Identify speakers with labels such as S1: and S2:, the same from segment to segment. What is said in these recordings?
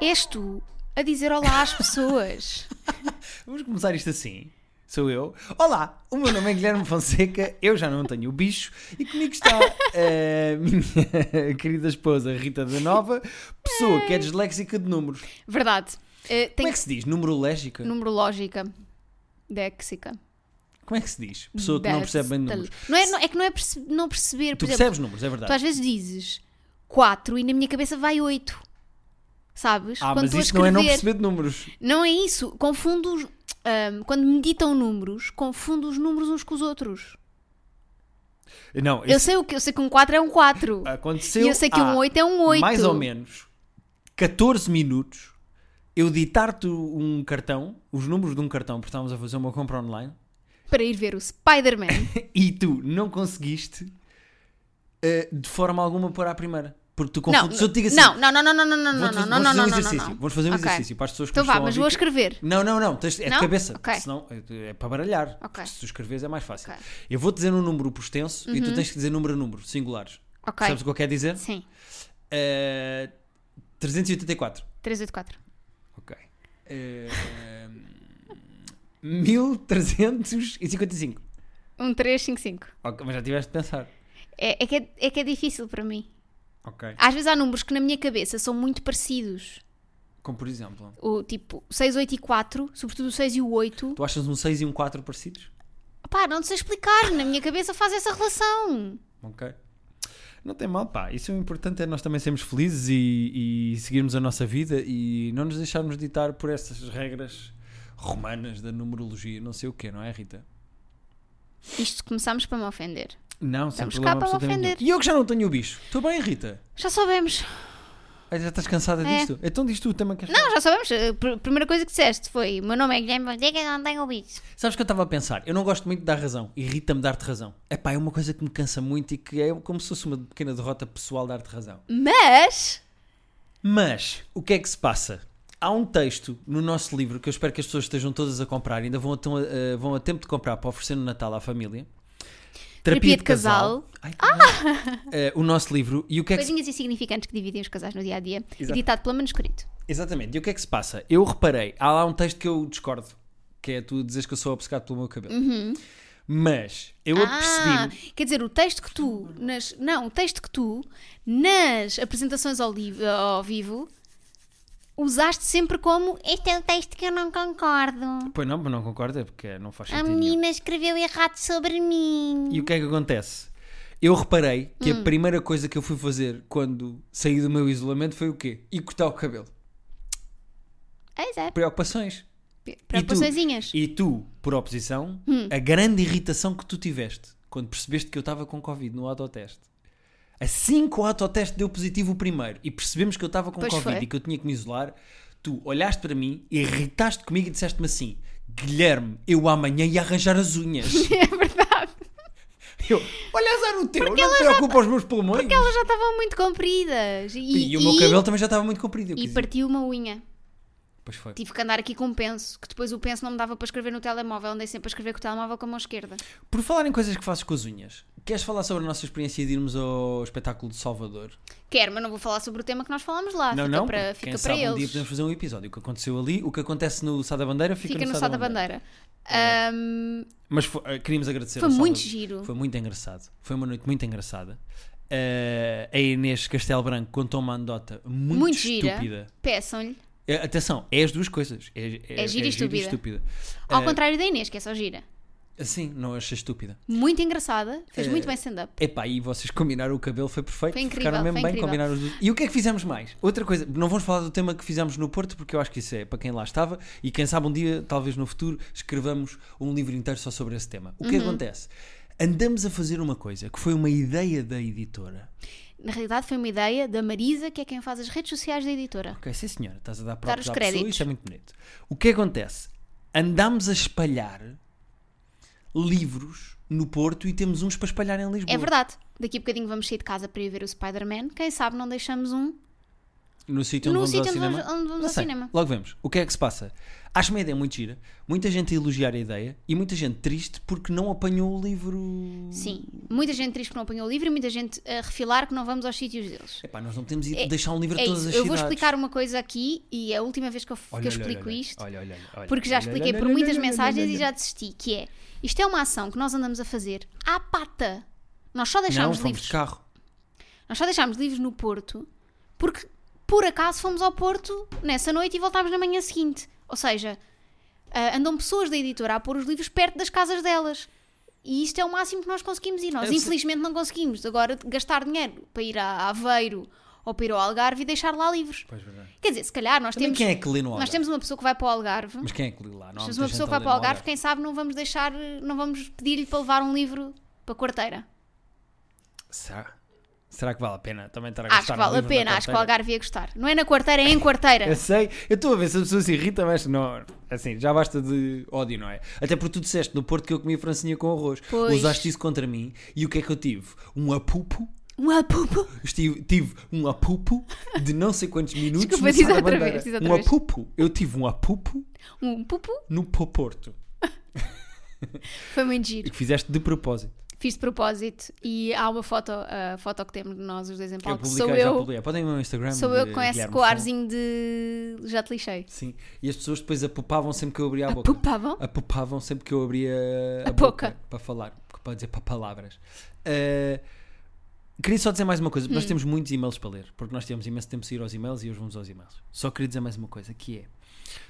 S1: és tu a dizer olá às pessoas.
S2: Vamos começar isto assim. Sou eu. Olá, o meu nome é Guilherme Fonseca, eu já não tenho o bicho e comigo está eh, a minha querida esposa Rita da Nova, pessoa que é disléxica de números.
S1: Verdade. Eh, tem
S2: Como é que se diz? Numerológica?
S1: numerológica. Déxica.
S2: Como é que se diz? Pessoa que não percebe bem números.
S1: Não é, não- é que não é perce- não perceber, por
S2: Tu
S1: exemplo,
S2: percebes números, é
S1: tu às
S2: verdade.
S1: vezes dizes 4 e na minha cabeça vai 8. Sabes?
S2: Ah,
S1: Quando
S2: mas
S1: estou a
S2: isso não é não
S1: escrever-
S2: perceber de números.
S1: Não é isso. Confundo os. ahm, quando meditam números, confundo os números uns com os outros.
S2: Não,
S1: Eu
S2: isso Ah.
S1: sei o que eu sei que um 4 é um 4.
S2: aconteceu.
S1: E eu sei que
S2: há
S1: um 8 é um 8.
S2: Mais ou menos 14 minutos eu ditar-te um cartão, os números de um cartão, porque estávamos a fazer uma compra online.
S1: Para ir ver o Spider-Man.
S2: e tu não conseguiste eh, de forma alguma pôr à primeira. Porque tu
S1: não,
S2: confundes. Se eu te digo assim,
S1: não, não, não, não, não, não, não,
S2: vou
S1: não,
S2: fazer-
S1: não, não, não,
S2: vamos fazer um
S1: não, não,
S2: exercício.
S1: não.
S2: Vamos fazer um
S1: Ok.
S2: exercício para as pessoas que
S1: Então
S2: nos
S1: vá,
S2: estão a
S1: mas
S2: ouvir
S1: vou
S2: que-
S1: escrever.
S2: Não, não, não. tens- é
S1: Não?
S2: de cabeça.
S1: Ok.
S2: porque Senão é é para baralhar.
S1: Ok.
S2: Porque Se tu escreves é mais fácil.
S1: Ok. Uhum.
S2: Eu vou dizer um número por extenso e tu tens que dizer número a número, singulares.
S1: Ok.
S2: Sabes o que eu quero dizer?
S1: Sim.
S2: Eh, 384.
S1: 384.
S2: Ok. Eh, 1355.
S1: 1355.
S2: Ok, mas já tiveste de pensar.
S1: É, é, que é, é que é difícil para mim.
S2: Ok.
S1: Às vezes há números que na minha cabeça são muito parecidos.
S2: Como por exemplo.
S1: O tipo 6, 8 e 4, sobretudo o 6 e o 8.
S2: Tu achas um 6 e um 4 parecidos?
S1: Pá, não te sei explicar. Na minha cabeça faz essa relação.
S2: Ok. Não tem mal, pá. Isso é o importante é nós também sermos felizes e, e seguirmos a nossa vida e não nos deixarmos ditar por essas regras romanas da numerologia, não sei o quê, não é, Rita?
S1: Isto começamos para me ofender.
S2: Não, sem
S1: Estamos cá
S2: problema
S1: para
S2: absolutamente nenhum.
S1: ofender.
S2: E eu que já não tenho o bicho. Estou bem, Rita?
S1: Já soubemos.
S2: Ai, já estás cansada
S1: É.
S2: disto? Então diz tu também. Queres...
S1: Não, já soubemos. A pr- primeira coisa que disseste foi: "O meu nome é Guilherme Fonseca, não tenho bicho.
S2: Sabes que eu estava a pensar? Eu não gosto muito de dar razão. Irrita-me dar-te razão. É pá, é uma coisa que me cansa muito e que é como se fosse uma pequena derrota pessoal dar-te razão.
S1: Mas.
S2: Mas o que é que se passa? Há um texto no nosso livro que eu espero que as pessoas estejam todas a comprar, ainda vão a, tão- a- vão a tempo de comprar para oferecer no Natal à família.
S1: Terapia de Casal.
S2: Ai, caramba. Eh, o nosso livro. E o que é que se...
S1: Coisinhas insignificantes que dividem os casais no dia a dia.
S2: Exato.
S1: Editado pela manuscrito.
S2: Exatamente. E o que é que se passa? Eu reparei, há lá um texto que eu discordo, que é tu dizes que eu sou obcecado pelo meu cabelo. Mas eu
S1: Uhum. Ah,
S2: apercebi-me.
S1: quer dizer, o texto que tu. Nas, não, o texto que tu, nas apresentações ao, li- ao vivo, usaste sempre como: Este é o texto que eu não concordo.
S2: Pois não, mas não concordo, é porque não faz
S1: A
S2: sentido. nenhum.
S1: menina escreveu errado sobre mim.
S2: E o que é que acontece? Eu reparei que
S1: Hum.
S2: a primeira coisa que eu fui fazer quando saí do meu isolamento foi o quê? E cortar o cabelo.
S1: Pois é,
S2: Preocupações.
S1: preocupaçõezinhas. Hum.
S2: E tu, por oposição, a grande irritação que tu tiveste quando percebeste que eu estava com Covid no autoteste. Assim que o autoteste deu positivo o primeiro e percebemos que eu estava com
S1: Pois
S2: Covid
S1: foi.
S2: e que eu tinha que me isolar, tu olhaste para mim, irritaste comigo e disseste-me assim: Guilherme, eu amanhã ia arranjar as unhas.
S1: É verdade.
S2: eu, olha azar o teu, não te preocupa os meus pulmões.
S1: Elas já estavam muito compridas. E,
S2: E, o meu
S1: e-
S2: cabelo também já estava muito comprido. Eu
S1: E
S2: quis ir.
S1: partiu uma unha.
S2: Pois foi.
S1: Tive que andar aqui com um penso, que depois o penso não me dava para escrever no telemóvel. Andei sempre a escrever com o telemóvel com a mão esquerda.
S2: Por falar em coisas que fazes com as unhas, queres falar sobre a nossa experiência de irmos ao espetáculo de Salvador?
S1: Quero, mas não vou falar sobre o tema que nós falámos lá.
S2: não,
S1: fica
S2: não,
S1: para,
S2: porque quem
S1: fica para
S2: sabe um dia
S1: eles.
S2: podemos fazer um episódio. O que aconteceu ali, o que acontece no Sá da É. Bandeira, fica,
S1: fica no Sá da Bandeira. Ahm,
S2: Mas fo- eh, queríamos agradecer
S1: foi
S2: ao
S1: muito
S2: Salvador.
S1: giro.
S2: Foi muito engraçado. Foi uma noite muito engraçada. Eh, a Inês Castelo Branco contou uma anedota muito,
S1: Muito gira.
S2: estúpida.
S1: Peçam-lhe.
S2: Eh, atenção, é as duas coisas. É, é,
S1: É gira e estúpida. Ao
S2: Eh,
S1: contrário da Inês, que é só gira.
S2: Assim, não achei estúpida.
S1: Muito engraçada. Fez
S2: Eh,
S1: muito bem stand-up.
S2: Epá, e vocês combinaram o cabelo, foi perfeito.
S1: Foi incrível,
S2: Ficaram mesmo
S1: foi
S2: bem,
S1: incrível.
S2: combinaram os dois. E o que é que fizemos mais? Outra coisa, não vamos falar do tema que fizemos no Porto, porque eu acho que isso é para quem lá estava. E quem sabe um dia, talvez no futuro, escrevamos um livro inteiro só sobre esse tema. O que
S1: Uhum.
S2: acontece? Andamos a fazer uma coisa que foi uma ideia da editora.
S1: Na realidade, foi uma ideia da Marisa, que é quem faz as redes sociais da editora.
S2: Ok, sim senhora, estás a dar
S1: Dar
S2: próprios
S1: os
S2: à pessoa,
S1: créditos.
S2: isso é muito bonito. O que acontece? Andámos a espalhar livros no Porto e temos uns para espalhar
S1: É um?
S2: em no sítio onde
S1: No
S2: vamos ao
S1: sítio onde
S2: cinema.
S1: vamos, onde vamos
S2: Não
S1: ao
S2: sei.
S1: cinema.
S2: Logo vemos. O que é que se passa? Acho uma ideia muito gira, muita gente a elogiar a ideia e muita gente triste porque não apanhou o livro.
S1: Sim. Muita gente triste que não apanhou o livro e muita gente a refilar que não vamos aos sítios deles.
S2: Epá, nós não temos ido
S1: É-
S2: deixar um livro a
S1: É
S2: todas
S1: isso.
S2: as
S1: Eu vou
S2: cidades.
S1: explicar uma coisa aqui e é a última vez que eu, f-
S2: Olha,
S1: que eu
S2: olha, olha,
S1: explico
S2: olha,
S1: isto.
S2: olha, olha, olha, olha.
S1: Porque já
S2: Olha,
S1: expliquei
S2: olha,
S1: por
S2: olha,
S1: muitas
S2: olha, olha,
S1: mensagens
S2: olha.
S1: e já desisti, que é isto é uma ação que nós andamos a fazer à pata. Nós só
S2: Não,
S1: deixámos
S2: fomos
S1: livros.
S2: de carro.
S1: Nós só deixámos livros no Porto porque por acaso fomos ao Porto nessa noite e voltámos na manhã seguinte. Ou seja, ah, andam pessoas da editora a pôr os livros perto das casas delas. E isto é o máximo que nós conseguimos ir. Nós,
S2: Eu sei-
S1: infelizmente, não conseguimos agora gastar dinheiro para ir a Aveiro ou para ir ao Algarve e deixar lá livros.
S2: Pois verdade.
S1: Quer dizer, se calhar nós
S2: Também
S1: temos,
S2: quem é que lê no
S1: nós
S2: Algarve?
S1: temos uma pessoa que vai para o Algarve.
S2: Mas quem é que lê lá? Não há
S1: Nós temos
S2: muita
S1: uma pessoa
S2: gente
S1: que
S2: a
S1: vai
S2: ler
S1: para o
S2: no
S1: Algarve, quem sabe não vamos deixar, não vamos pedir-lhe para levar um livro para a quarteira.
S2: Será? Será que vale a pena também estar a
S1: Acho
S2: gastar
S1: que
S2: um
S1: vale a
S2: livro na
S1: pena, acho que o
S2: carteira?
S1: Algarve ia gostar. Não é na quarteira, é em quarteira.
S2: Eu sei, eu estou a ver se a pessoa se irrita, mas não. Assim, já basta de ódio, não é? Até porque tu disseste no Porto que eu comia francinha com arroz.
S1: Pois.
S2: Usaste isso contra mim e o que é que eu tive? Um apupo.
S1: Um apupo.
S2: Estive- tive um apupo de não sei quantos minutos.
S1: Desculpa,
S2: no
S1: diz
S2: Sá da
S1: outra
S2: Bandeira.
S1: vez, diz outra
S2: um
S1: vez.
S2: apupo. Eu tive um apupo
S1: Um pupu.
S2: no Porto.
S1: Foi muito giro.
S2: Que fizeste de propósito.
S1: Fiz de propósito e há uma foto, a foto que temos de nós os dois em
S2: Eu
S1: palco.
S2: publiquei,
S1: Sou
S2: já
S1: eu,
S2: publiquei. Podem ir ao meu Instagram.
S1: sou eu
S2: de
S1: com esse
S2: Guilherme
S1: com o
S2: Fon.
S1: arzinho de. Já te lixei. Ah, tá
S2: Sim. E as pessoas depois apupavam sempre que eu abria a boca.
S1: Apupavam?
S2: apupavam sempre que eu abria a,
S1: A boca.
S2: para falar, para dizer para palavras. Ah, queria só dizer mais uma coisa, porque nós
S1: Hum.
S2: temos muitos e-mails para ler, porque nós temos imenso tempo de ir aos e-mails e hoje vamos aos e-mails. Só queria dizer mais uma coisa, que é,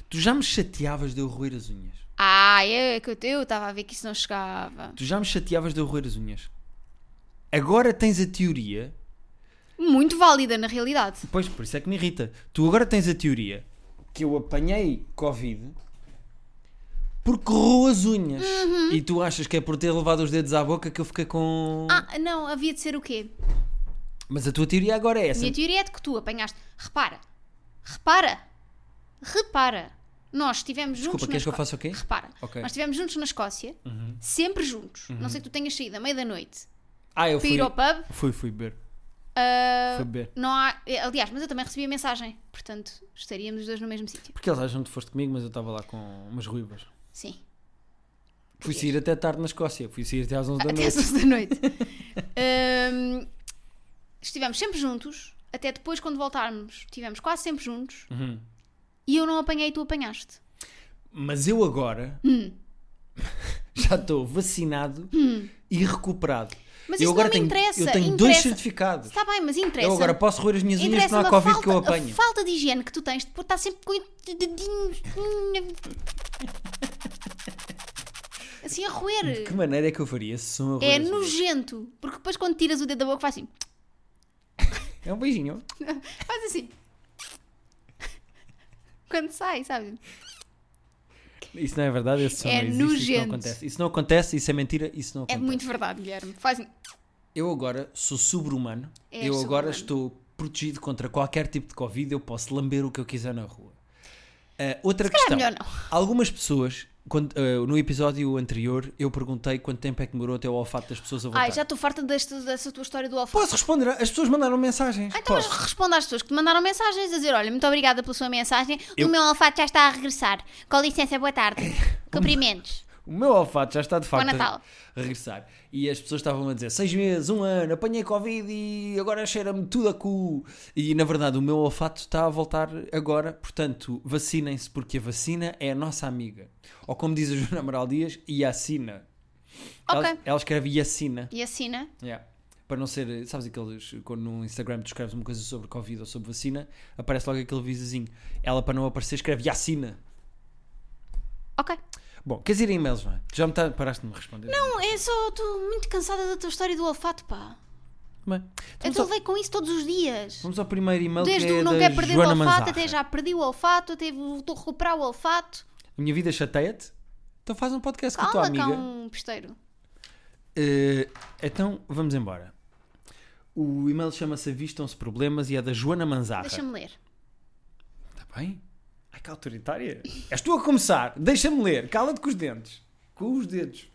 S2: tu já me chateavas de eu roer as unhas.
S1: Ah, eu é que eu- eu estava a ver que isso não chegava.
S2: Tu já me chateavas de eu roer as unhas. Agora tens a teoria,
S1: Muito válida na realidade.
S2: pois por isso é que me irrita, tu agora tens a teoria que eu apanhei Covid porque roo as unhas.
S1: Uhum.
S2: E tu achas que é por ter levado os dedos à boca que eu fiquei com...
S1: Ah, não, havia de ser o quê?
S2: Mas a tua teoria agora é essa.
S1: Minha teoria é de que tu apanhaste. Repara, repara, repara. Nós estivemos juntos. né?
S2: Desculpa,
S1: na
S2: queres que eu
S1: Escó-
S2: faça o quê?
S1: Repara,
S2: Ok.
S1: nós estivemos juntos na Escócia, sempre juntos. Não sei que tu tenhas saído à meia-da-noite
S2: Ah, eu
S1: para
S2: fui.
S1: ir ao pub.
S2: Fui, fui beber.
S1: ah,
S2: Fui beber.
S1: não há, eh, aliás, mas eu também recebi a mensagem, portanto estaríamos os dois no mesmo sítio.
S2: Porque eles acham que foste comigo, mas eu estava lá com umas ruivas.
S1: Sim,
S2: Fui sair até tarde na Escócia. Fui sair até às 11 da
S1: até às
S2: noite.
S1: 11 da noite. Ahm, estivemos sempre juntos, até depois, quando voltarmos, estivemos quase sempre juntos
S2: Uhum.
S1: e eu não apanhei e tu apanhaste.
S2: Mas eu agora
S1: Hum.
S2: já estou vacinado e recuperado.
S1: Mas
S2: eu
S1: isso
S2: agora
S1: não me
S2: tenho,
S1: interessa,
S2: Eu tenho dois
S1: interessa.
S2: certificados.
S1: Está bem, mas interessa.
S2: Eu agora posso roer as minhas unhas que não há
S1: Interessa-me a
S2: Covid
S1: falta,
S2: que eu apanho.
S1: A falta de higiene que tu tens de pôr está sempre com dedinhos. Assim a roer.
S2: Que maneira é que eu faria se são a roer
S1: É
S2: as unhas?
S1: nojento. Porque depois quando tiras o dedo da boca faz assim.
S2: É um beijinho.
S1: Faz assim. Quando sai, sabe?
S2: Isso não é verdade, esse som
S1: É
S2: não existe, isso não
S1: nojento.
S2: acontece. Isso não acontece, isso é mentira, isso não
S1: É
S2: acontece.
S1: muito verdade, Guilherme. Faz assim.
S2: Eu agora sou sobre-humano.
S1: És
S2: eu agora
S1: sobre-humano.
S2: estou protegido contra qualquer tipo de Covid. Eu posso lamber o que eu quiser na rua. Ah, outra
S1: calhar
S2: questão.
S1: melhor não.
S2: Algumas pessoas, quando, ah, no episódio anterior, eu perguntei quanto tempo é que demorou até o olfato das pessoas a voltar.
S1: Ai, já estou farta desta, dessa tua história do olfato.
S2: Posso responder? As pessoas mandaram mensagens.
S1: Ah, Então, mas
S2: Posso.
S1: responda às pessoas que te mandaram mensagens a dizer: Olha, muito obrigada pela sua mensagem,
S2: Eu-
S1: o meu olfato já está a regressar. Com licença, boa tarde. Cumprimentos.
S2: O meu olfato já está de facto a
S1: Natal.
S2: regressar. E as pessoas estavam a dizer: seis meses, um ano, apanhei Covid e agora cheira-me tudo a cu. E na verdade o meu olfato está a voltar agora. Portanto, vacinem-se, porque a vacina é a nossa amiga. Ou como diz a Joana Amaral Dias, Iacina. Ela,
S1: Ok.
S2: ela escreve Iacina.
S1: E assina.
S2: Yeah. Para não ser, sabes aqueles, quando no Instagram tu escreves uma coisa sobre Covid ou sobre vacina, aparece logo aquele visazinho. Ela, para não aparecer, escreve Iacina.
S1: Ok.
S2: Bom, queres ir em e-mails, não é? Tu já me tá- paraste de me responder.
S1: Não, é só. Estou muito cansada da tua história do olfato, pá.
S2: Bem,
S1: Eu
S2: estamos
S1: te
S2: ao-
S1: levei com isso todos os dias.
S2: Vamos ao primeiro e-mail
S1: Desde
S2: que é
S1: o não
S2: da
S1: quer perder
S2: Joana
S1: o olfato,
S2: Manzarra.
S1: até já perdi o olfato, até estou a recuperar o olfato.
S2: A minha vida chateia-te? Então faz um podcast com a tua
S1: Calma, cá
S2: amiga.
S1: um pesteiro.
S2: Eh, então vamos embora. O e-mail chama-se Avistam-se Problemas e é da Joana Manzarra.
S1: Deixa-me ler.
S2: Está bem? Ai que autoritária. És tu a começar. Deixa-me ler. Cala-te com os dentes. Com os dedos.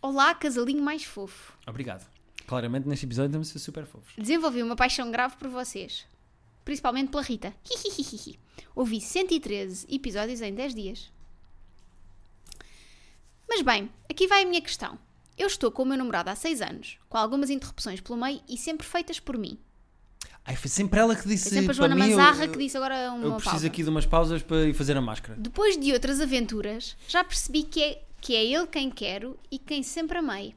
S1: Olá, casalinho mais fofo.
S2: Obrigado. Claramente neste episódio estamos a ser super fofos.
S1: Desenvolvi uma paixão grave por vocês. principalmente pela Rita. Hihihihihi. Ouvi 113 episódios em 10 dias. Mas bem, aqui vai a minha questão. Eu estou com o meu namorado há 6 anos, com algumas interrupções pelo meio e sempre feitas por mim.
S2: Ai, foi sempre ela que disse.
S1: Foi sempre a
S2: para
S1: Joana
S2: mim, eu-
S1: Manzarra
S2: eu,
S1: que disse agora uma
S2: Eu preciso
S1: pausa.
S2: aqui de umas pausas para ir fazer a máscara.
S1: Depois de outras aventuras, já percebi que é, que é ele quem quero e quem sempre amei.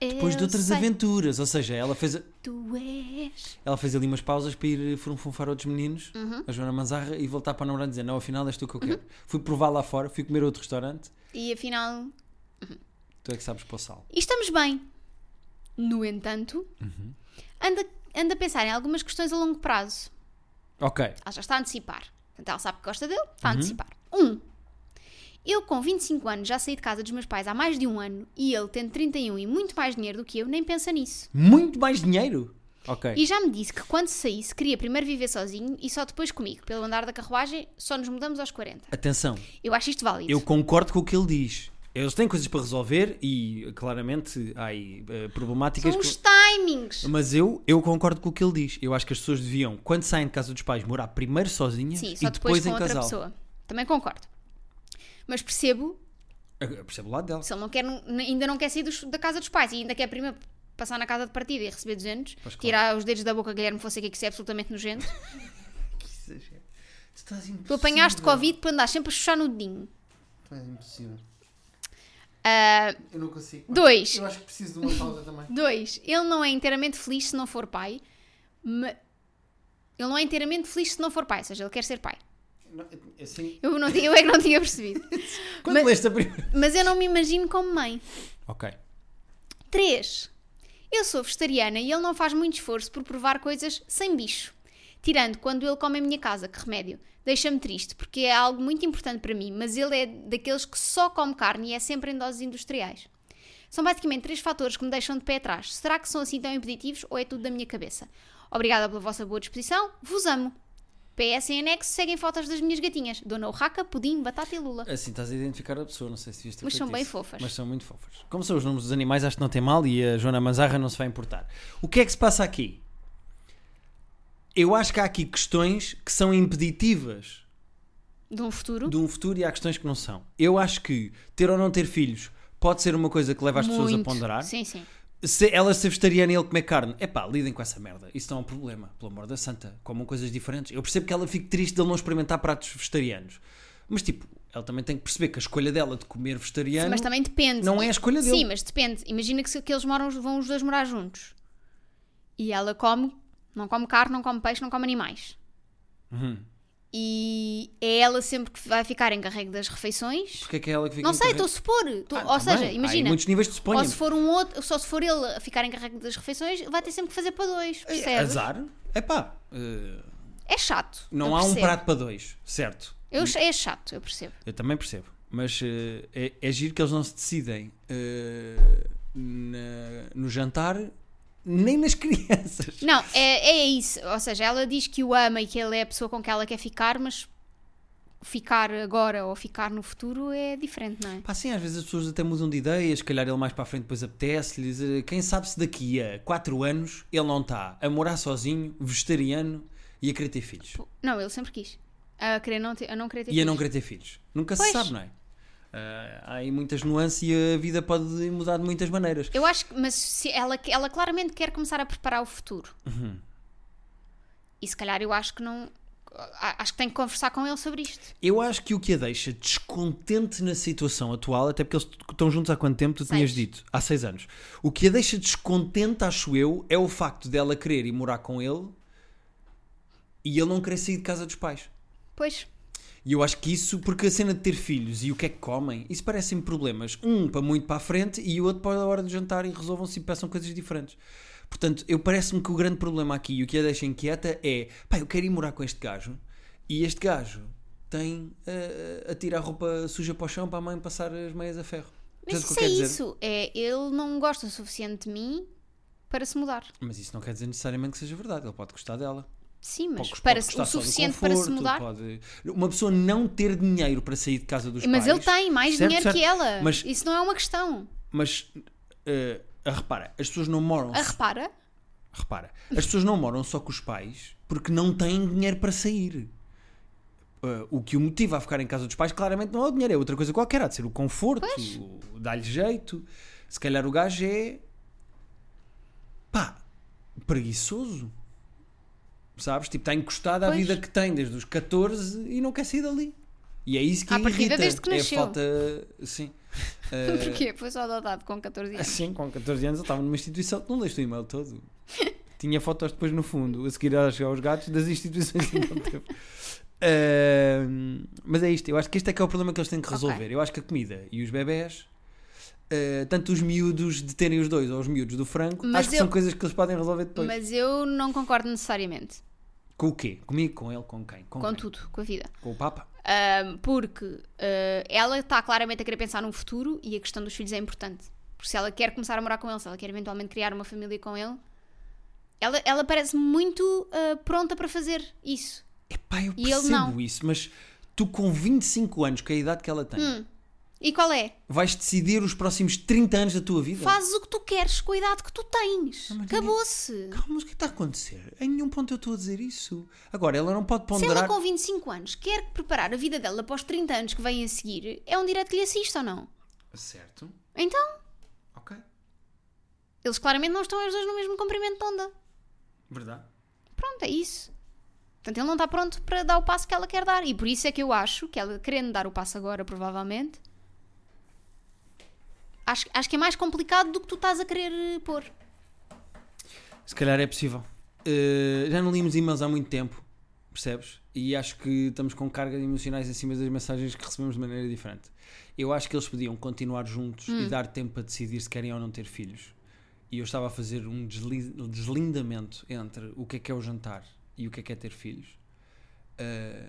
S2: Depois de outras aventuras, ou seja, ela fez,
S1: Tu és.
S2: ela fez ali umas pausas para ir furunfunfar outros meninos,
S1: Uhum.
S2: a Joana Manzarra, e voltar para a namorada e dizer: Não, afinal és tu que eu quero. Fui provar lá fora, fui comer a outro restaurante,
S1: E afinal,
S2: tu é que sabes para o sal.
S1: E estamos bem. No entanto,
S2: Uhum.
S1: anda, anda a pensar em algumas questões a longo prazo.
S2: Ok,
S1: Ela já está a antecipar. Portanto, ela sabe que gosta dele, está
S2: Uhum.
S1: a antecipar. Um, eu com 25 anos já saí de casa dos meus pais há mais de um ano e ele, tendo 31 e muito mais dinheiro do que eu, nem pensa nisso.
S2: muito mais dinheiro. Ok,
S1: E já me disse que quando saísse queria primeiro viver sozinho e só depois comigo. Pelo andar da carruagem, só nos mudamos aos 40.
S2: atenção,
S1: Eu acho isto válido.
S2: eu concordo com o que ele diz. Eles têm coisas para resolver e claramente há aí, eh, problemáticas.
S1: São
S2: que-
S1: os timings.
S2: Mas eu, eu concordo com o que ele diz. Eu acho que as pessoas deviam, quando saem de casa dos pais, morar primeiro sozinhas
S1: Sim,
S2: e
S1: só depois,
S2: depois,
S1: com
S2: em
S1: outra
S2: casal.
S1: pessoa. Também concordo. Mas percebo
S2: Eu eu percebo o lado dela.
S1: Se ele não quer, n- ainda não quer sair dos- da casa dos pais e ainda quer primeiro passar na casa de partida e receber 200,
S2: Pois claro.
S1: tirar os dedos da boca a Guilherme Fonseca, que isso é absolutamente nojento. tu apanhaste Covid por andares sempre a chuchar no dedinho.
S3: Estás Então é impossível.
S1: Ah,
S3: Eu não consigo.
S1: dois,
S3: Eu acho que preciso de uma pausa também.
S1: dois, ele não é inteiramente feliz se não for pai. ma- Ele não é inteiramente feliz se não for pai, ou seja, ele quer ser pai.
S3: Não, Assim,
S1: Eu, não, ti- eu é que não tinha percebido.
S2: Quando
S1: Mas-
S2: leste a primeira.
S1: Mas eu não me imagino como mãe.
S2: Ok.
S1: 3. Eu sou vegetariana e ele não faz muito esforço por provar coisas sem bicho. Tirando quando ele come em minha casa, que remédio. Deixa-me triste, porque é algo muito importante para mim, mas ele é daqueles que só come carne e é sempre em doses industriais. São basicamente três fatores que me deixam de pé atrás. Será que são assim tão impeditivos ou é tudo da minha cabeça? Obrigada pela vossa boa disposição, vos amo. PS em anexo seguem fotos das minhas gatinhas: Dona Urraca, Pudim, Batata e Lula.
S2: Assim, estás a identificar a pessoa, não sei se devias ter
S1: Mas
S2: feito
S1: são bem
S2: isso.
S1: fofas.
S2: Mas são muito fofas. Como são os nomes dos animais, acho que não tem mal e a Joana Manzarra não se vai importar. O que é que se passa aqui? Eu acho que há aqui questões que são impeditivas
S1: De um futuro?
S2: de um futuro e há questões que não são. Eu acho que ter ou não ter filhos pode ser uma coisa que leva as pessoas a
S1: Muito.
S2: ponderar.
S1: Sim, sim.
S2: Se ela ser vegetariana e ele comer carne, epá, lidem com essa merda. Isso não é um problema, pelo amor da santa. Comam coisas diferentes. Eu percebo que ela fique triste de ele não experimentar pratos vegetarianos. Mas tipo, ela também tem que perceber que a escolha dela de comer vegetariano.
S1: Mas também depende.
S2: não é a escolha dele.
S1: Sim, mas depende. Imagina que, se- que eles moram, vão os dois morar juntos. E ela come, não come carne, não come peixe, não come animais.
S2: Uhum.
S1: E é ela sempre que vai ficar em carrego das refeições.
S2: Porque é que é ela que fica
S1: Não sei, estou a
S2: encarregada?
S1: supor. Estou-
S2: Ah,
S1: ou
S2: também.
S1: seja,
S2: Há aí
S1: imagina.
S2: muitos níveis de suponho.
S1: Ou se for um outro, só se for ele a ficar em carrego das refeições, vai ter sempre que fazer para
S2: É,
S1: dois. Percebes?
S2: Azar. Epá, eh,
S1: É chato.
S2: não
S1: eu
S2: há um
S1: percebo.
S2: prato para dois, certo?
S1: Eu, é chato, eu percebo.
S2: Eu também percebo. Mas eh, é, é giro que eles não se decidem eh, na- no jantar nem nas crianças.
S1: Não, é, é isso. Ou seja, ela diz que o ama e que ele é a pessoa com que ela quer ficar, mas ficar agora ou ficar no futuro é diferente, não é?
S2: Pá, sim, às vezes as pessoas até mudam de ideias, se calhar ele mais para a frente depois apetece-lhes. eh, Quem sabe se daqui a 4 anos ele não está a morar sozinho, vegetariano e a querer ter filhos.
S1: Não, ele sempre quis. A, querer não ter- a não querer ter
S2: E a não
S1: filhos.
S2: querer ter filhos. Nunca se
S1: Pois.
S2: sabe, não é? Ah, há aí muitas nuances e a vida pode mudar de muitas maneiras.
S1: Eu acho que, mas se ela, ela claramente quer começar a preparar o futuro.
S2: Uhum.
S1: E se calhar eu acho que não. a- Acho que tem que conversar com ele sobre isto.
S2: Eu acho que o que a deixa descontente na situação atual, até porque eles t- estão juntos há quanto tempo? Tu tinhas
S1: Seis.
S2: dito? Há seis anos. O que a deixa descontente, acho eu, é o facto dela querer ir morar com ele e ele não querer sair de casa dos pais.
S1: Pois.
S2: E eu acho que isso, porque a cena de ter filhos e o que é que comem, isso parecem problemas. Um para muito para a frente e o outro para a hora de jantar e resolvam-se e peçam coisas diferentes. Portanto, eu parece-me que o grande problema aqui e o que a deixa inquieta é: pá, eu quero ir morar com este gajo e este gajo tem ah, a tirar a roupa suja para o chão para a mãe passar as meias a ferro.
S1: Mas
S2: Percebes
S1: isso
S2: o que
S1: é
S2: eu quero dizer?
S1: isso. É, ele não gosta o suficiente de mim para se mudar.
S2: Mas isso não quer dizer necessariamente que seja verdade, ele pode gostar dela.
S1: Sim, mas
S2: Pode-
S1: para
S2: pode
S1: se-
S2: gostar
S1: o
S2: só do
S1: suficiente para se
S2: conforto,
S1: mudar.
S2: pode- Uma pessoa não ter dinheiro para sair de casa dos
S1: Mas
S2: pais.
S1: ele tem mais
S2: Certo,
S1: dinheiro
S2: certo.
S1: que ela.
S2: Mas-
S1: Isso não é uma questão.
S2: Mas eh, ah, repara, as pessoas não moram.
S1: Ah, repara,
S2: Repara, as pessoas não moram só com os pais porque não têm dinheiro para sair. Uh, o que o motiva a ficar em casa dos pais claramente não é o dinheiro, é outra coisa qualquer. Há de ser o conforto, o- dar-lhe jeito. Se calhar o gajo é. pá, preguiçoso. Sabes? Tipo, está encostado à
S1: Pois.
S2: vida que tem desde os 14 e não quer sair dali. E é isso que
S1: À partida,
S2: irrita.
S1: desde que
S2: é a
S1: nasceu.
S2: falta. Sim. Uh,
S1: Porquê? Foi só adotado com 14 anos.
S2: Assim, com 14 anos eu estava numa instituição. Não leste o e-mail todo? Tinha fotos depois no fundo, a seguir a chegar aos gatos, das instituições que ele teve. Ahm, mas é isto, eu acho que este é que é o problema que eles têm que resolver. Eu acho que a comida e os bebés, ah, tanto os miúdos de terem os dois ou os miúdos do frango,
S1: Mas
S2: acho que
S1: eu-
S2: são coisas que eles podem resolver depois.
S1: Mas eu não concordo necessariamente.
S2: Com o quê? Comigo, com ele, com quem?
S1: Com
S2: quem?
S1: tudo, com a vida.
S2: Com o Papa?
S1: Ahm, porque ah, ela está claramente a querer pensar num futuro e a questão dos filhos é importante. Porque se ela quer começar a morar com ele, se ela quer eventualmente criar uma família com ele, ela, ela parece muito ah, pronta para fazer isso.
S2: Epá, eu
S1: E ele
S2: percebo
S1: não.
S2: isso, mas tu com 25 anos, que é a idade que ela tem,
S1: Hum. E qual é?
S2: vais decidir os próximos 30 anos da tua vida?
S1: Fazes o que tu queres com a idade que tu tens.
S2: Ah, mas
S1: Acabou-se.
S2: Calma, mas o que está a acontecer? Em nenhum ponto eu estou a dizer isso. Agora, ela não pode
S1: Se
S2: ponderar.
S1: ela com 25 anos quer preparar a vida dela para os 30 anos que vêm a seguir, é um direito que lhe assista ou não?
S3: Certo.
S1: Então,
S3: Ok.
S1: eles claramente não estão os dois no mesmo comprimento de onda.
S3: Verdade.
S1: Pronto, é isso. Portanto, ele não está pronto para dar o passo que ela quer dar. E por isso é que eu acho que ela, querendo dar o passo agora, provavelmente, acho, acho que é mais complicado do que tu estás a querer eh, pôr.
S2: Se calhar é possível. Eh, já não limos e-mails há muito tempo, percebes? E acho que estamos com cargas emocionais em cima das mensagens que recebemos de maneira diferente. Eu acho que eles podiam continuar juntos e dar tempo para decidir se querem ou não ter filhos. E eu estava a fazer um desli- deslindamento entre o que é que é o jantar e o que é que é ter filhos. Eh,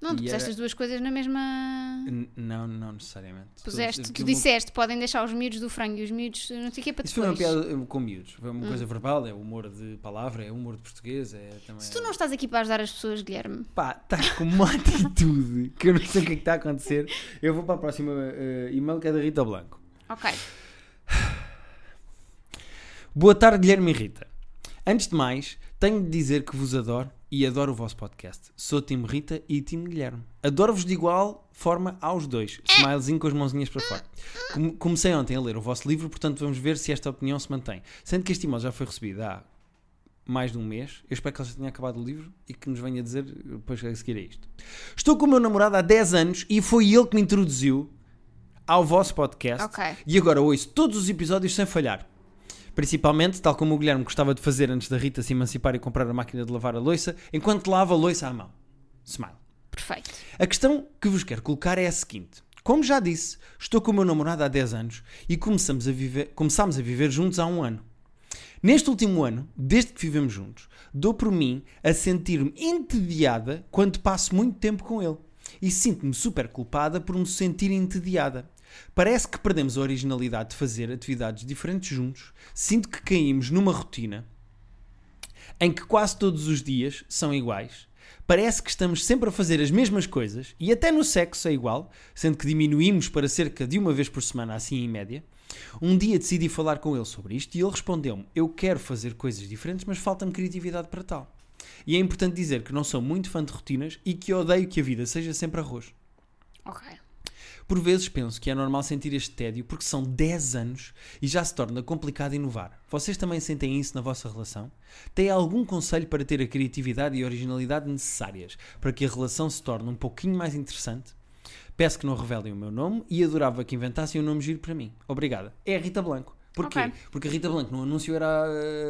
S1: Não, tu
S2: E é-
S1: puseste
S2: era-
S1: as duas coisas na mesma.
S2: n- não, não necessariamente.
S1: Puseste,
S2: Porque
S1: tu
S2: o meu-
S1: disseste, podem deixar os miúdos do frango e os miúdos, eh, não sei o que, para
S2: Isso foi uma
S1: depois. Hum.
S2: piada eh, com miúdos. Foi uma coisa verbal, é humor de palavra, é humor de português, é também.
S1: Se tu não estás aqui para ajudar as pessoas, Guilherme,
S2: Pá, estás com uma atitude que eu não sei o que é que está a acontecer. Eu vou para a próxima eh, e-mail que é da Rita Blanco.
S1: ok.
S2: Boa tarde, Guilherme e Rita. Antes de mais, tenho de dizer que vos adoro e adoro o vosso podcast. Sou time Rita e time Guilherme. Adoro-vos de igual forma aos dois.
S1: É.
S2: Smilezinho com as mãozinhas para fora. Come- comecei ontem a ler o vosso livro, portanto vamos ver se esta opinião se mantém. Sendo que este e-mail já foi recebido há mais de um mês, eu espero que ele já tenha acabado o livro e que nos venha dizer depois a seguir a isto. Estou com o meu namorado há 10 anos e foi ele que me introduziu ao vosso podcast.
S1: Ok.
S2: E agora ouço todos os episódios sem falhar. Principalmente, tal como o Guilherme gostava de fazer antes da Rita se emancipar e comprar a máquina de lavar a louça, enquanto lava a louça à mão. Smile.
S1: Perfeito.
S2: A questão que vos quero colocar é a seguinte. Como já disse, estou com o meu namorado há 10 anos e começamos a viver, começámos a viver juntos há um ano. Neste último ano, desde que vivemos juntos, dou por mim a sentir-me entediada quando passo muito tempo com ele. E sinto-me super culpada por me sentir entediada. Parece que perdemos a originalidade de fazer atividades diferentes juntos. Sinto que caímos numa rotina em que quase todos os dias são iguais. Parece que estamos sempre a fazer as mesmas coisas e até no sexo é igual, sendo que diminuímos para cerca de uma vez por semana, assim em média. Um dia decidi falar com ele sobre isto e ele respondeu-me: Eu quero fazer coisas diferentes, mas falta-me criatividade para tal. E é importante dizer que não sou muito fã de rotinas e que odeio que a vida seja sempre arroz.
S1: Ok.
S2: Por vezes penso que é normal sentir este tédio porque são 10 anos e já se torna complicado inovar. Vocês também sentem isso na vossa relação? Têm algum conselho para ter a criatividade e originalidade necessárias para que a relação se torne um pouquinho mais interessante? Peço que não revelem o meu nome e adorava que inventassem um nome giro para mim. Obrigada. É a Rita Blanco. Porquê?
S1: Ok.
S2: Porque a Rita Blanco no anúncio era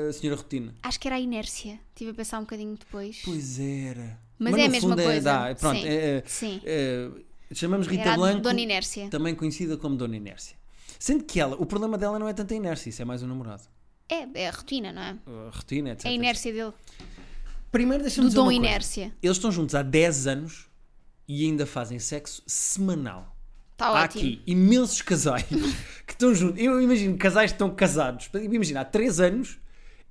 S2: a senhora Rotina.
S1: Acho que era a inércia. Estive a pensar um bocadinho depois.
S2: Pois era.
S1: Mas é a
S2: no
S1: mesma
S2: fundo
S1: coisa.
S2: dá, pronto,
S1: Sim.
S2: é- é-
S1: Sim.
S2: é, chamamos Rita
S1: Era a
S2: Blanco
S1: Dona Inércia.
S2: também conhecida como Dona Inércia. Sendo que ela, o problema dela não é tanta inércia, isso é mais o namorado.
S1: É, é a rotina, não é?
S2: A rotina, etc.
S1: É a inércia dele.
S2: Primeiro
S1: Do
S2: deixa-me dizer uma
S1: dom
S2: coisa.
S1: inércia.
S2: Eles estão juntos há 10 anos e ainda fazem sexo semanal.
S1: Está
S2: há
S1: Tá ótimo.
S2: aqui imensos casais que estão juntos. Eu imagino casais que estão casados. Imagina, há 3 anos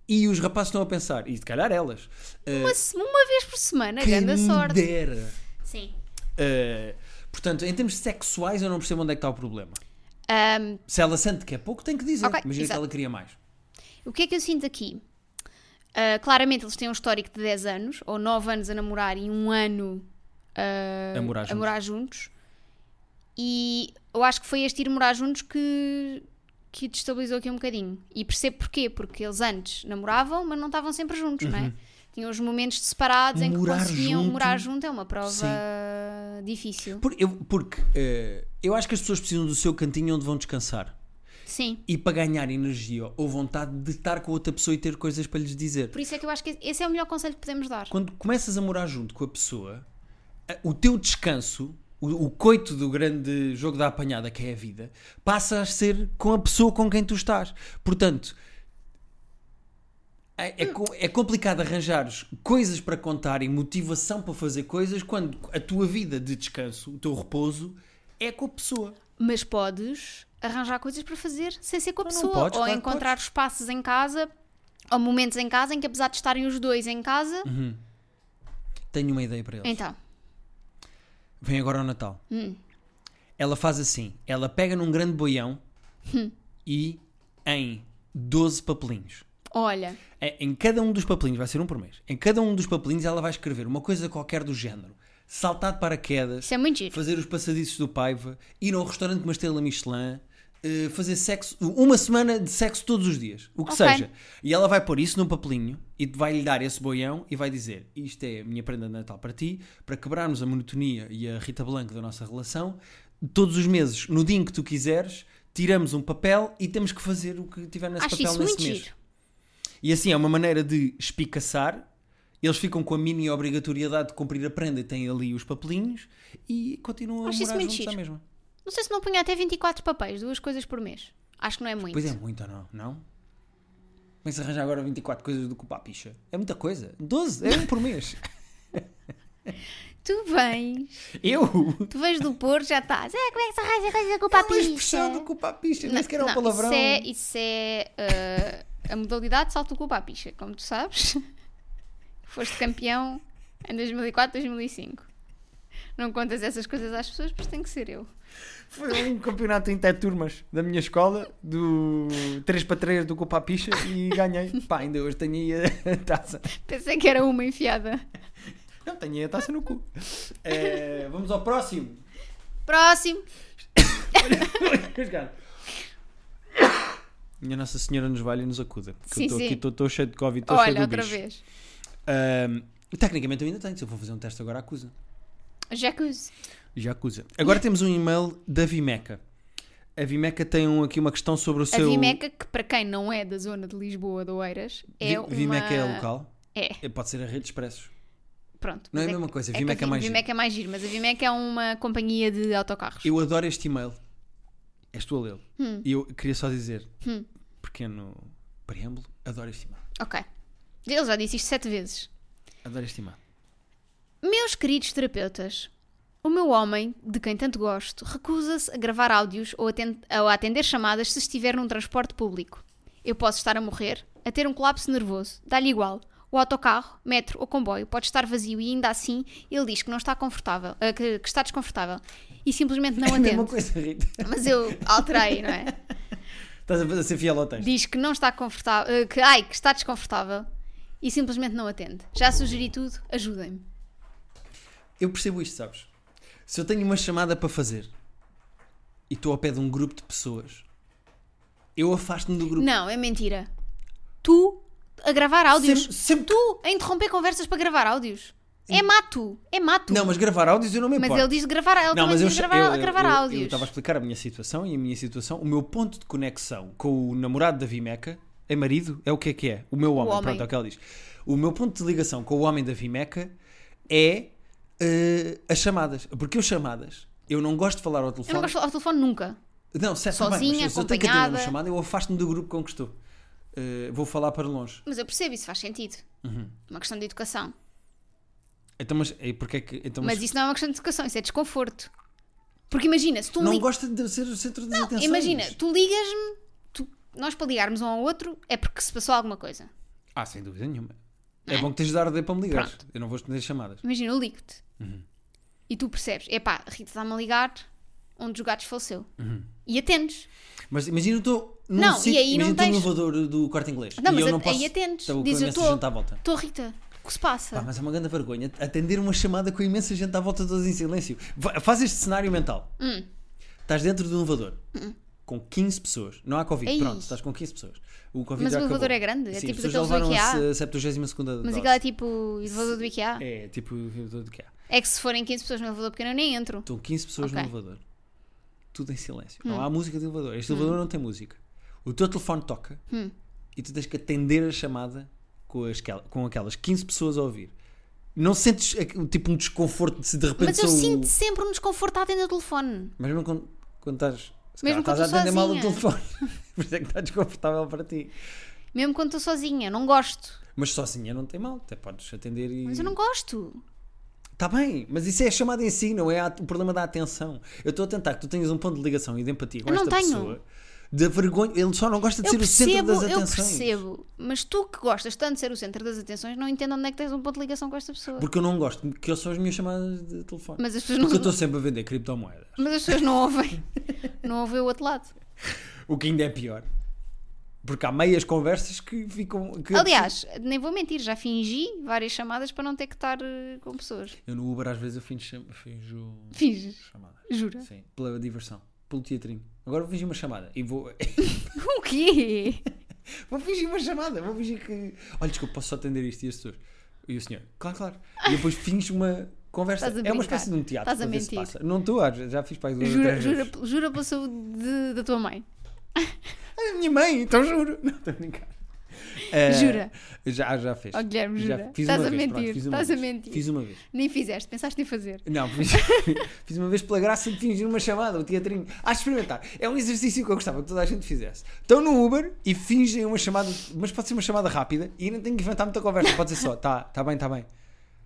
S2: e os rapazes estão a pensar, e se calhar elas, uh,
S1: Uma, se- uma vez por semana,
S2: quem
S1: grande sorte.
S2: dera.
S1: Sim.
S2: Eh, portanto, em termos sexuais, eu não percebo onde é que está o problema.
S1: Ahm,
S2: Se ela sente que é pouco, tem que dizer.
S1: Ok,
S2: Imagina
S1: exato.
S2: que ela queria mais.
S1: o que é que eu sinto aqui? Ah, claramente eles têm um histórico de 10 anos, ou 9 anos a namorar e um ano ah,
S2: A morar juntos.
S1: juntos. E eu acho que foi este ir morar juntos que, que destabilizou aqui um bocadinho. E percebo porquê, porque eles antes namoravam, mas não estavam sempre juntos, não é? Tinham os momentos separados em que
S2: Uhum. Morar
S1: conseguiam
S2: junto-
S1: morar junto, é uma prova
S2: Sim.
S1: difícil.
S2: Por- eu- porque eh, eu acho que as pessoas precisam do seu cantinho onde vão descansar.
S1: Sim.
S2: E para ganhar energia ou vontade de estar com outra pessoa e ter coisas para lhes dizer.
S1: Por isso é que eu acho que esse é o melhor conselho que podemos dar.
S2: Quando começas a morar junto com a pessoa, a- o teu descanso, o, o coito do grande jogo da apanhada que é a vida, passa a ser com a pessoa com quem tu estás. Portanto, é, é co- é complicado arranjares coisas para contar e motivação para fazer coisas quando a tua vida de descanso, o teu repouso, é com a pessoa.
S1: Mas podes arranjar coisas para fazer sem ser com a
S2: Não, não
S1: pessoa.
S2: podes,
S1: ou
S2: claro que
S1: encontrar
S2: podes.
S1: espaços em casa, ou momentos em casa em que, apesar de estarem os dois em casa.
S2: Uhum. Tenho uma ideia para eles.
S1: Então,
S2: Vem agora ao Natal. Ela faz assim: ela pega num grande boião e em 12 papelinhos.
S1: olha,
S2: É, Em cada um dos papelinhos, vai ser um por mês, em cada um dos papelinhos ela vai escrever uma coisa qualquer do género. Saltar de paraquedas,
S1: isso é muito giro.
S2: fazer os passadiços do Paiva, ir ao restaurante com uma estrela Michelin, eh, fazer sexo, uma semana de sexo todos os dias, o que
S1: Ok.
S2: seja. E ela vai pôr isso num papelinho e vai-lhe dar esse boião e vai dizer: Isto é a minha prenda de Natal para ti, para quebrarmos a monotonia e a Rita Blanco da nossa relação. Todos os meses, no dia em que tu quiseres, tiramos um papel e temos que fazer o que tiver nesse
S1: Acho
S2: papel
S1: isso
S2: nesse
S1: muito
S2: mês.
S1: giro.
S2: E assim, é uma maneira de espicaçar. Eles ficam com a mini obrigatoriedade de cumprir a prenda e têm ali os papelinhos e continuam
S1: Acho
S2: a
S1: isso
S2: morar
S1: muito
S2: juntos à
S1: giro.
S2: mesma.
S1: Não sei se não punha até 24 papéis, duas coisas por mês. Acho que não é muito.
S2: Pois é, muito ou não? Não? Mas arranjar agora 24 coisas do que o pá picha. É muita coisa. 12, é um por mês.
S1: Tu vens,
S2: Eu?
S1: tu vens do Porto, já estás. É, como é que se arranja coisas com o
S2: É
S1: papi?
S2: uma expressão do que o pá picha. Nem sequer é um palavrão.
S1: Isso é, isso é, uh, a modalidade de salto com a picha, como tu sabes. Foste campeão em 2004, 2005. Não contas essas coisas às pessoas, pois tem que ser eu.
S2: Foi um campeonato em 10 turmas da minha escola, do 3 para 3 do que o pá picha e ganhei. Pá, ainda hoje tenho aí a taça.
S1: Pensei que era uma enfiada.
S2: Não, tenho aí a taça no cu. Eh, vamos ao próximo.
S1: Próximo.
S2: Rasgado. Minha Nossa Senhora nos vale e nos acuda. Que
S1: Sim,
S2: eu estou
S1: sim.
S2: aqui, estou cheio de Covid, estou cheio
S1: Olha,
S2: de
S1: outra
S2: bicho.
S1: vez.
S2: Ahm, tecnicamente eu ainda tenho, se eu for fazer um teste agora, acusa.
S1: Jacuzzi.
S2: Já acusa. Agora temos um e-mail da Vimeca. A Vimeca tem um- aqui uma questão sobre o
S1: A
S2: seu.
S1: Vimeca, que para quem não é da zona de Lisboa do Oeiras, é
S2: Vi-
S1: uma...
S2: Vimeca é local?
S1: É,
S2: É, Pode ser a Rede Expressos.
S1: pronto.
S2: Não é
S1: mas
S2: a mesma coisa,
S1: que
S2: Vimeca é
S1: a Vi-
S2: mais giro.
S1: Vimeca é mais giro, mas a Vimeca é uma companhia de autocarros.
S2: Eu adoro este e-mail. És tu a lê-lo.
S1: Hum.
S2: E eu queria só dizer, pequeno preâmbulo, adoro este e-mail.
S1: Ok. Ele já disse isto sete vezes.
S2: Adoro este e-mail.
S1: Meus queridos terapeutas, o meu homem, de quem tanto gosto, recusa-se a gravar áudios ou, aten- ou a atender chamadas se estiver num transporte público. Eu posso estar a morrer, a ter um colapso nervoso, dá-lhe igual. O autocarro, metro ou comboio pode estar vazio e ainda assim ele diz que não está confortável, ah, que, que está desconfortável e simplesmente não
S2: É a mesma
S1: atende.
S2: coisa, Rita.
S1: Mas eu alterei, não é?
S2: Estás a ser fiel ao texto.
S1: Diz que não está confortável, ah, que ai, que está desconfortável e simplesmente não atende. Já sugeri tudo, ajudem-me.
S2: Eu percebo isto, sabes? Se eu tenho uma chamada para fazer e estou ao pé de um grupo de pessoas, eu afasto-me do grupo.
S1: Não, é mentira. Tu a gravar áudios.
S2: Sempre, sempre tu.
S1: Tu a interromper conversas para gravar áudios. É mato. É mato.
S2: Não, mas gravar áudios eu não me
S1: Mas
S2: importo.
S1: ele diz gravar, ele
S2: não,
S1: também
S2: mas eu
S1: diz gravar,
S2: eu-
S1: gravar
S2: eu-
S1: áudios.
S2: Eu estava a explicar a minha situação e a minha situação, o meu ponto de conexão com o namorado da Vimeca, é marido, é o que é que é? O meu homem,
S1: homem.
S2: pronto, é o que ela diz. O meu ponto de ligação com o homem da Vimeca é eh, as chamadas. Porque eu chamadas, eu não gosto de falar ao
S1: Eu
S2: telefone.
S1: não gosto de falar ao telefone nunca.
S2: Não, certo, tá
S1: Sozinha,
S2: bem, mas se eu tenho que atender uma
S1: acompanhada.
S2: chamada, eu afasto-me do grupo com que estou. Eh, vou falar para longe.
S1: Mas eu percebo, isso faz sentido.
S2: Uhum.
S1: Uma questão de educação.
S2: Então, mas eh, porque é que. Então,
S1: Mas isso não é uma questão de educação, isso é desconforto. Porque imagina, se tu
S2: não
S1: ligas.
S2: gosta de ser o centro das atenções.
S1: Imagina, tu ligas-me, tu- nós para ligarmos um ao outro é porque se passou alguma coisa.
S2: Ah, sem dúvida nenhuma. É bom que tens de dar a para me ligar. Eu não vou estender chamadas.
S1: Imagina, eu ligo-te
S2: Uhum.
S1: e tu percebes,
S2: Uhum.
S1: epá, Rita está-me a ligar onde os gatos faleceu. E atendes.
S2: Mas imagina, eu estou num
S1: Não, e
S2: sítio-
S1: aí não
S2: imagina, estou
S1: tens-
S2: no elevador do quarto inglês.
S1: Não,
S2: e
S1: mas
S2: eu não
S1: a-
S2: posso.
S1: aí atendes.
S2: Estou com
S1: Diz, eu
S2: imensa
S1: tô-
S2: gente à volta.
S1: Estou Rita, o que se passa?
S2: Pá, mas é uma grande vergonha atender uma chamada com imensa gente à volta, todos em silêncio. Va- Faz este cenário mental.
S1: Hum.
S2: Estás dentro do elevador com 15 pessoas. Não há Covid.
S1: Ei.
S2: Pronto, estás com 15 pessoas. O
S1: É
S2: Covid
S1: Mas
S2: já
S1: o
S2: acabou.
S1: elevador é grande? É
S2: Sim,
S1: tipo
S2: as pessoas
S1: daqueles do
S2: já levaram
S1: IKEA?
S2: a 72 segunda
S1: Mas
S2: dose.
S1: aquilo é tipo o elevador do IKEA? É.
S2: É, tipo o elevador do IKEA.
S1: que se forem 15 pessoas no elevador pequeno eu nem entro.
S2: Estão 15 pessoas
S1: Ok. Hum.
S2: no elevador. Tudo em silêncio. Não há música de elevador. Este elevador não tem música. O teu telefone toca
S1: Hum.
S2: e tu tens que atender a chamada com, as, aquel- com aquelas 15 pessoas a ouvir. Não sentes aqu- tipo um desconforto de se de repente
S1: Mas eu
S2: sou o-
S1: sinto sempre um desconforto à atender o telefone.
S2: Mas mesmo quando, quando estás. se
S1: Mesmo quando
S2: calhar estás a atender
S1: estou
S2: mal o
S1: sozinha.
S2: telefone. Por isso é que está desconfortável para ti.
S1: Mesmo quando estou sozinha, não gosto.
S2: Mas sozinha não tem mal. Até podes atender e.
S1: Mas eu não gosto.
S2: Está bem, mas isso é a chamada em si, não é a- o problema da atenção. Eu estou a tentar que tu tenhas um ponto de ligação e de empatia com
S1: Eu não
S2: esta
S1: tenho.
S2: pessoa. Da vergonha, ele só não gosta de
S1: Eu
S2: ser o centro
S1: percebo,
S2: das
S1: eu
S2: atenções.
S1: percebo. Mas tu que gostas tanto de ser o centro das atenções, não entendo onde é que tens um ponto de ligação com esta pessoa.
S2: Porque eu não gosto, que são as minhas chamadas de telefone.
S1: Mas as pessoas
S2: Porque eu
S1: não,
S2: estou sempre a vender criptomoedas.
S1: mas as pessoas não ouvem. não ouvem o outro lado.
S2: O que ainda é pior. Porque há meias conversas que ficam. que-
S1: Aliás, nem vou mentir, já fingi várias chamadas para não ter que estar eh, com pessoas.
S2: Eu no Uber às vezes eu finjo, cham- finjo
S1: Finges,
S2: chamadas.
S1: jura.
S2: Sim, pela diversão, pelo teatrinho. Agora vou fingir uma chamada e vou.
S1: O quê?
S2: Vou fingir uma chamada, vou fingir que. Olha, desculpa, posso só atender isto e as pessoas. E o senhor, claro, claro. E depois finges uma conversa.
S1: Estás a
S2: É uma
S1: brincar.
S2: espécie de um teatro.
S1: Estás a
S2: para ver se
S1: mentir.
S2: passa. Não estou, às vezes, já fiz para aí duas ou
S1: Jura,
S2: três
S1: jura,
S2: vezes.
S1: jura pela saúde de- da tua mãe.
S2: Olha, minha mãe, então juro. Não, estou a brincar. Eh,
S1: Jura?
S2: Já, já fez.
S1: Oh, Guilherme,
S2: Já
S1: jura.
S2: fiz
S1: Estás
S2: uma
S1: a
S2: vez, pronto,
S1: mentir,
S2: fiz uma
S1: estás a
S2: vez.
S1: mentir.
S2: Fiz uma vez.
S1: Nem fizeste, pensaste em fazer.
S2: Não, fiz, fiz uma vez pela graça de fingir uma chamada, o teatrinho. Ah, experimentar. É um exercício que eu gostava que toda a gente fizesse. Estão no Uber e fingem uma chamada, mas pode ser uma chamada rápida e não tem que inventar muita conversa. Pode ser só, tá, tá bem, tá bem.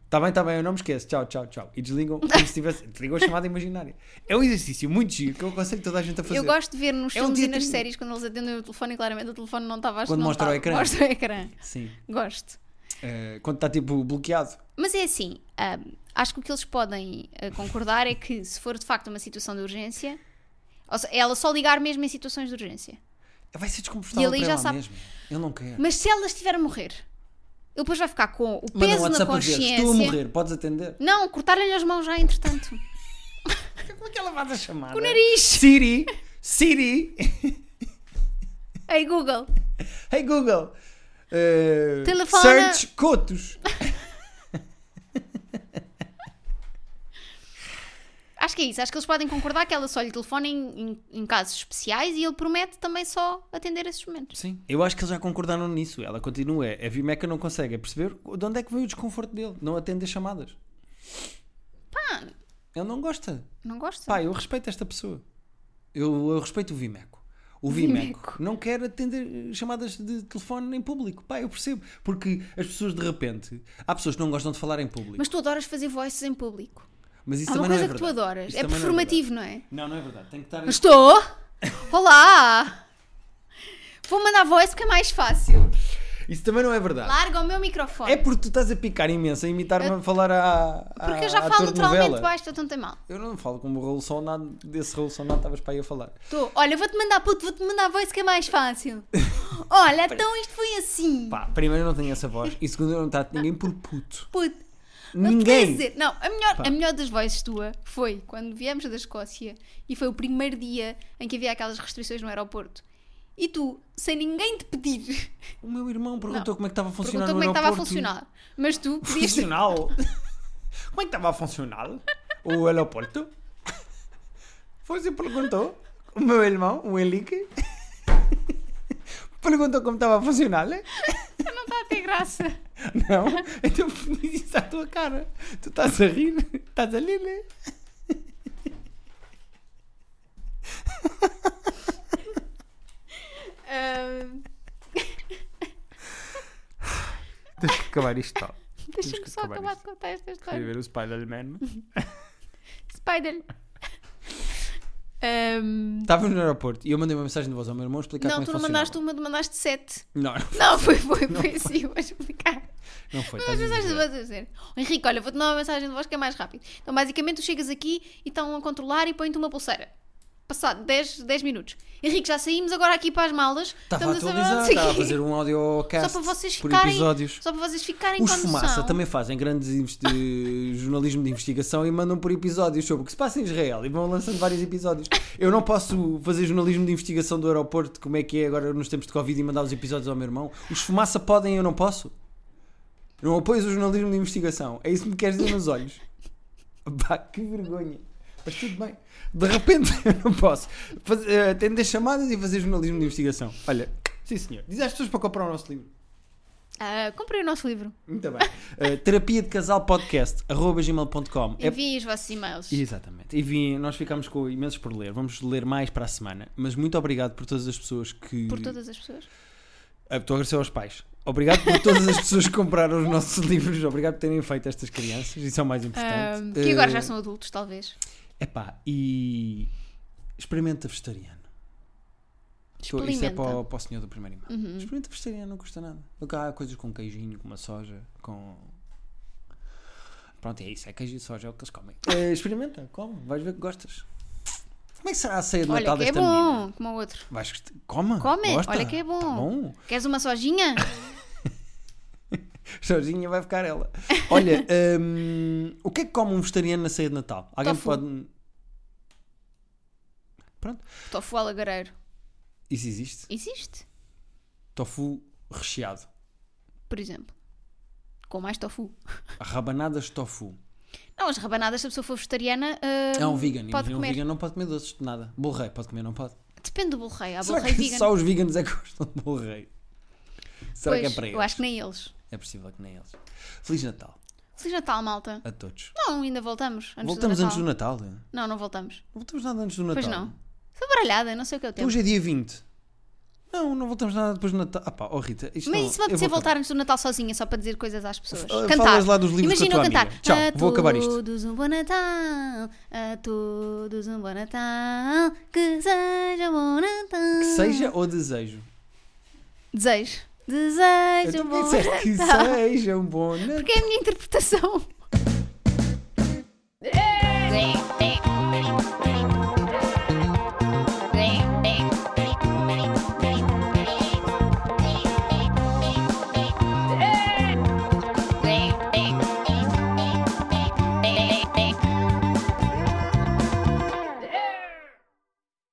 S2: Tá bem, tá bem, eu não me esqueço. Tchau, tchau, tchau. E desligam como se tivesse, desligam a chamada imaginária. É um exercício muito giro que eu aconselho toda a gente a fazer.
S1: Eu gosto de ver nos
S2: É um
S1: filmes e nas
S2: teatrinho.
S1: séries quando eles atendem o telefone e claramente o telefone não estava a
S2: Quando
S1: não
S2: mostra o
S1: tava-
S2: ecrã.
S1: Mostra o ecrã.
S2: Sim.
S1: Gosto.
S2: Eh, quando está tipo bloqueado.
S1: Mas é assim, hum, acho que o que eles podem uh, concordar é que se for de facto uma situação de urgência, ou se- ela só ligar mesmo em situações de urgência.
S2: Vai ser desconfortável
S1: E
S2: para
S1: ele já
S2: ela
S1: sabe.
S2: mesmo. Eu não quero.
S1: Mas se ela estiver a morrer, ele depois vai ficar com o
S2: Manda um
S1: peso na
S2: WhatsApp a dizer,
S1: consciência.
S2: Estou a morrer, podes atender?
S1: Não, cortaram-lhe as mãos já entretanto.
S2: Como é que ela faz a chamada?
S1: O nariz!
S2: Siri, Siri,
S1: Ei, Google!
S2: hey Google, eh,
S1: Telefona.
S2: search cotos.
S1: Acho que é isso. Acho que eles podem concordar que ela só lhe telefona em, em- em casos especiais e ele promete também só atender esses momentos.
S2: Sim, eu acho que eles já concordaram nisso. Ela continua, a Vimeca não consegue, é perceber de onde é que veio o desconforto dele, não atender chamadas.
S1: Pá,
S2: Ele não gosta.
S1: não gosto.
S2: Pá, eu respeito esta pessoa. Eu, eu respeito o Vimeco. O Vimeco não quer atender eh, chamadas de telefone em público. Pá, eu percebo. Porque as pessoas de repente. Há pessoas que não gostam de falar em público. Mas,
S1: Mas tu adoras fazer voices em público.
S2: isso
S1: Há uma
S2: também
S1: coisa
S2: não é
S1: que tu
S2: verdade.
S1: adoras.
S2: Isso
S1: é
S2: também não
S1: performativo, não é?
S2: Não, não é verdade. Tem que estar.
S1: Mas Estou! Olá! Vou mandar voz porque é mais fácil.
S2: Isso também não é verdade.
S1: Larga o meu microfone.
S2: É porque tu estás a picar imenso, a imitar-me a falar a.
S1: porque
S2: a-
S1: eu já
S2: a
S1: falo
S2: ator de
S1: naturalmente
S2: novela.
S1: baixo, então não tem mal.
S2: Eu não falo como o Raul Sonado, desse Raul Sonado estavas para aí a falar.
S1: Tô. Olha, vou-te mandar, puto, vou-te mandar voz que é mais fácil. Olha, então isto foi assim.
S2: Pá, primeiro eu não tenho essa voz e segundo eu não trato ninguém por puto.
S1: Puto. Quer
S2: Ninguém!
S1: dizer, não, a melhor, a melhor das vozes tua foi quando viemos da Escócia e foi o primeiro dia em que havia aquelas restrições no aeroporto. E tu, sem ninguém te pedir,
S2: O meu irmão perguntou como é que estava a funcionar
S1: perguntou como é que
S2: no
S1: estava a
S2: aeroporto.
S1: funcionar. Mas tu pedias.
S2: Funcional? como é que estava a funcionar o aeroporto? Você perguntou, o meu irmão, o Henrique, perguntou como estava a funcionar. né?
S1: Não está a ter graça.
S2: Não, então diz isso à tua cara. Tu estás a rir, estás a rir, né?
S1: Ahm,
S2: Tens que acabar isto, tal.
S1: Deixa-me
S2: que
S1: só
S2: acabar
S1: acabar de
S2: isto.
S1: contar esta história.
S2: o Spider-Man.
S1: Spider. Ahm,
S2: Estava no aeroporto e eu mandei uma mensagem de voz ao meu irmão a explicar
S1: não,
S2: como é
S1: tu
S2: que
S1: não
S2: funcionava.
S1: mandaste uma, tu mandaste sete.
S2: Não,
S1: Não, foi, foi, foi assim, vou explicar.
S2: não foi.
S1: Mas
S2: estás a
S1: mensagens de
S2: dizer.
S1: voz a dizer. Oh, Henrique, olha, vou-te dar uma mensagem de voz que é mais rápido. Então, basicamente, tu chegas aqui e estão a controlar e põem-te uma pulseira. passado 10, 10 minutos. Henrique, já saímos agora aqui para as malas.
S2: Estava a
S1: estamos saber
S2: atualizar,
S1: onde
S2: estava a
S1: seguir.
S2: fazer um
S1: Só
S2: audiocast
S1: para vocês
S2: por
S1: ficarem,
S2: episódios.
S1: só para vocês ficarem
S2: Os
S1: com noção.
S2: Fumaça também fazem grandes investi- jornalismo de investigação e mandam por episódios sobre o que se passa em Israel e vão lançando vários episódios. Eu não posso fazer jornalismo de investigação do aeroporto, como é que é agora nos tempos de Covid, e mandar os episódios ao meu irmão. Os Fumaça podem, eu não posso. Não apoias o jornalismo de investigação. É isso que me queres dizer nos olhos. Pá, que vergonha. Mas tudo bem. De repente eu não posso. Faz- eh, Atender chamadas e fazer jornalismo de investigação. Olha, sim senhor. Diz às pessoas para comprar o nosso livro.
S1: Ah, comprei o nosso livro.
S2: Muito bem. Eh, terapia de casal podcast, arroba gmail.com. É-
S1: Enviem os vossos e-mails.
S2: Exatamente. E vi, nós ficámos com imensos por ler. Vamos ler mais para a semana. Mas muito obrigado por todas as pessoas que.
S1: Por todas as pessoas.
S2: Ah, Estou a agradecer aos pais. Obrigado por todas as pessoas que compraram os nossos livros. Obrigado por terem feito estas crianças. Isso é o mais importante.
S1: Ah, que agora
S2: Eh,
S1: já são adultos, talvez.
S2: Epá, e. Experimenta vegetariano. Estou- Isso é
S1: Experimenta.
S2: para o, para o senhor do primeiro e-mail.
S1: Uhum.
S2: Experimenta vegetariano, não custa nada. Há coisas com queijinho, com uma soja, com. Pronto, é isso. É queijo e soja, é o que eles comem. Eh, experimenta, come, vais ver que gostas. Como é que será a ceia de
S1: Olha
S2: Natal
S1: que é
S2: desta
S1: bom,
S2: menina?
S1: como o outro.
S2: Vais gost- Coma,
S1: Come,
S2: gosta,
S1: olha que é bom.
S2: Tá bom.
S1: Queres uma sojinha?
S2: Jorginha vai ficar ela. Olha, hum, o que é que come um vegetariano na ceia de Natal? Alguém
S1: Tofu.
S2: pode. Pronto.
S1: Tofu alagareiro.
S2: Isso existe.
S1: Existe,
S2: Tofu recheado.
S1: por exemplo. Com mais tofu.
S2: Rabanadas de tofu.
S1: Não, as rabanadas, se a pessoa for vegetariana. hum,
S2: É um vegan.
S1: Pode
S2: Imagina, um
S1: comer.
S2: vegan não pode comer doces de nada. Bolo rei pode comer, não pode.
S1: Depende do bolo rei. Há
S2: Será
S1: bolo Ah, rei
S2: que
S1: vegan.
S2: só os veganos é que gostam de bolo rei? Será
S1: Pois,
S2: que é para
S1: Eu
S2: eles?
S1: acho que nem eles.
S2: É possível que nem eles. Feliz Natal
S1: Feliz Natal, malta.
S2: a todos.
S1: Não, ainda voltamos. Antes
S2: Voltamos
S1: do Natal.
S2: antes do Natal? Não
S1: Não, não voltamos.
S2: voltamos nada antes do Natal.
S1: Pois não. Foi baralhada, não sei o que é o
S2: Então
S1: tempo.
S2: hoje é dia 20. Não, não voltamos nada depois do Natal. Ah pá, oh Rita, isto
S1: Mas
S2: não-
S1: isso vai
S2: eu
S1: ser
S2: vou
S1: voltar antes do Natal sozinha, só para dizer coisas às pessoas.
S2: Ah,
S1: cantar.
S2: falas lá dos livros com a
S1: Imagina
S2: tua
S1: eu cantar.
S2: amiga. Tchau,
S1: a
S2: vou acabar isto.
S1: todos um bom Natal, a todos um bom Natal, que seja um bom Natal.
S2: acabar. Seja ou desejo.
S1: Desejo. Desejo
S2: Eu
S1: um
S2: também
S1: bom
S2: disseste que
S1: Natal.
S2: seja um bom Natal.
S1: Porque é a minha interpretação.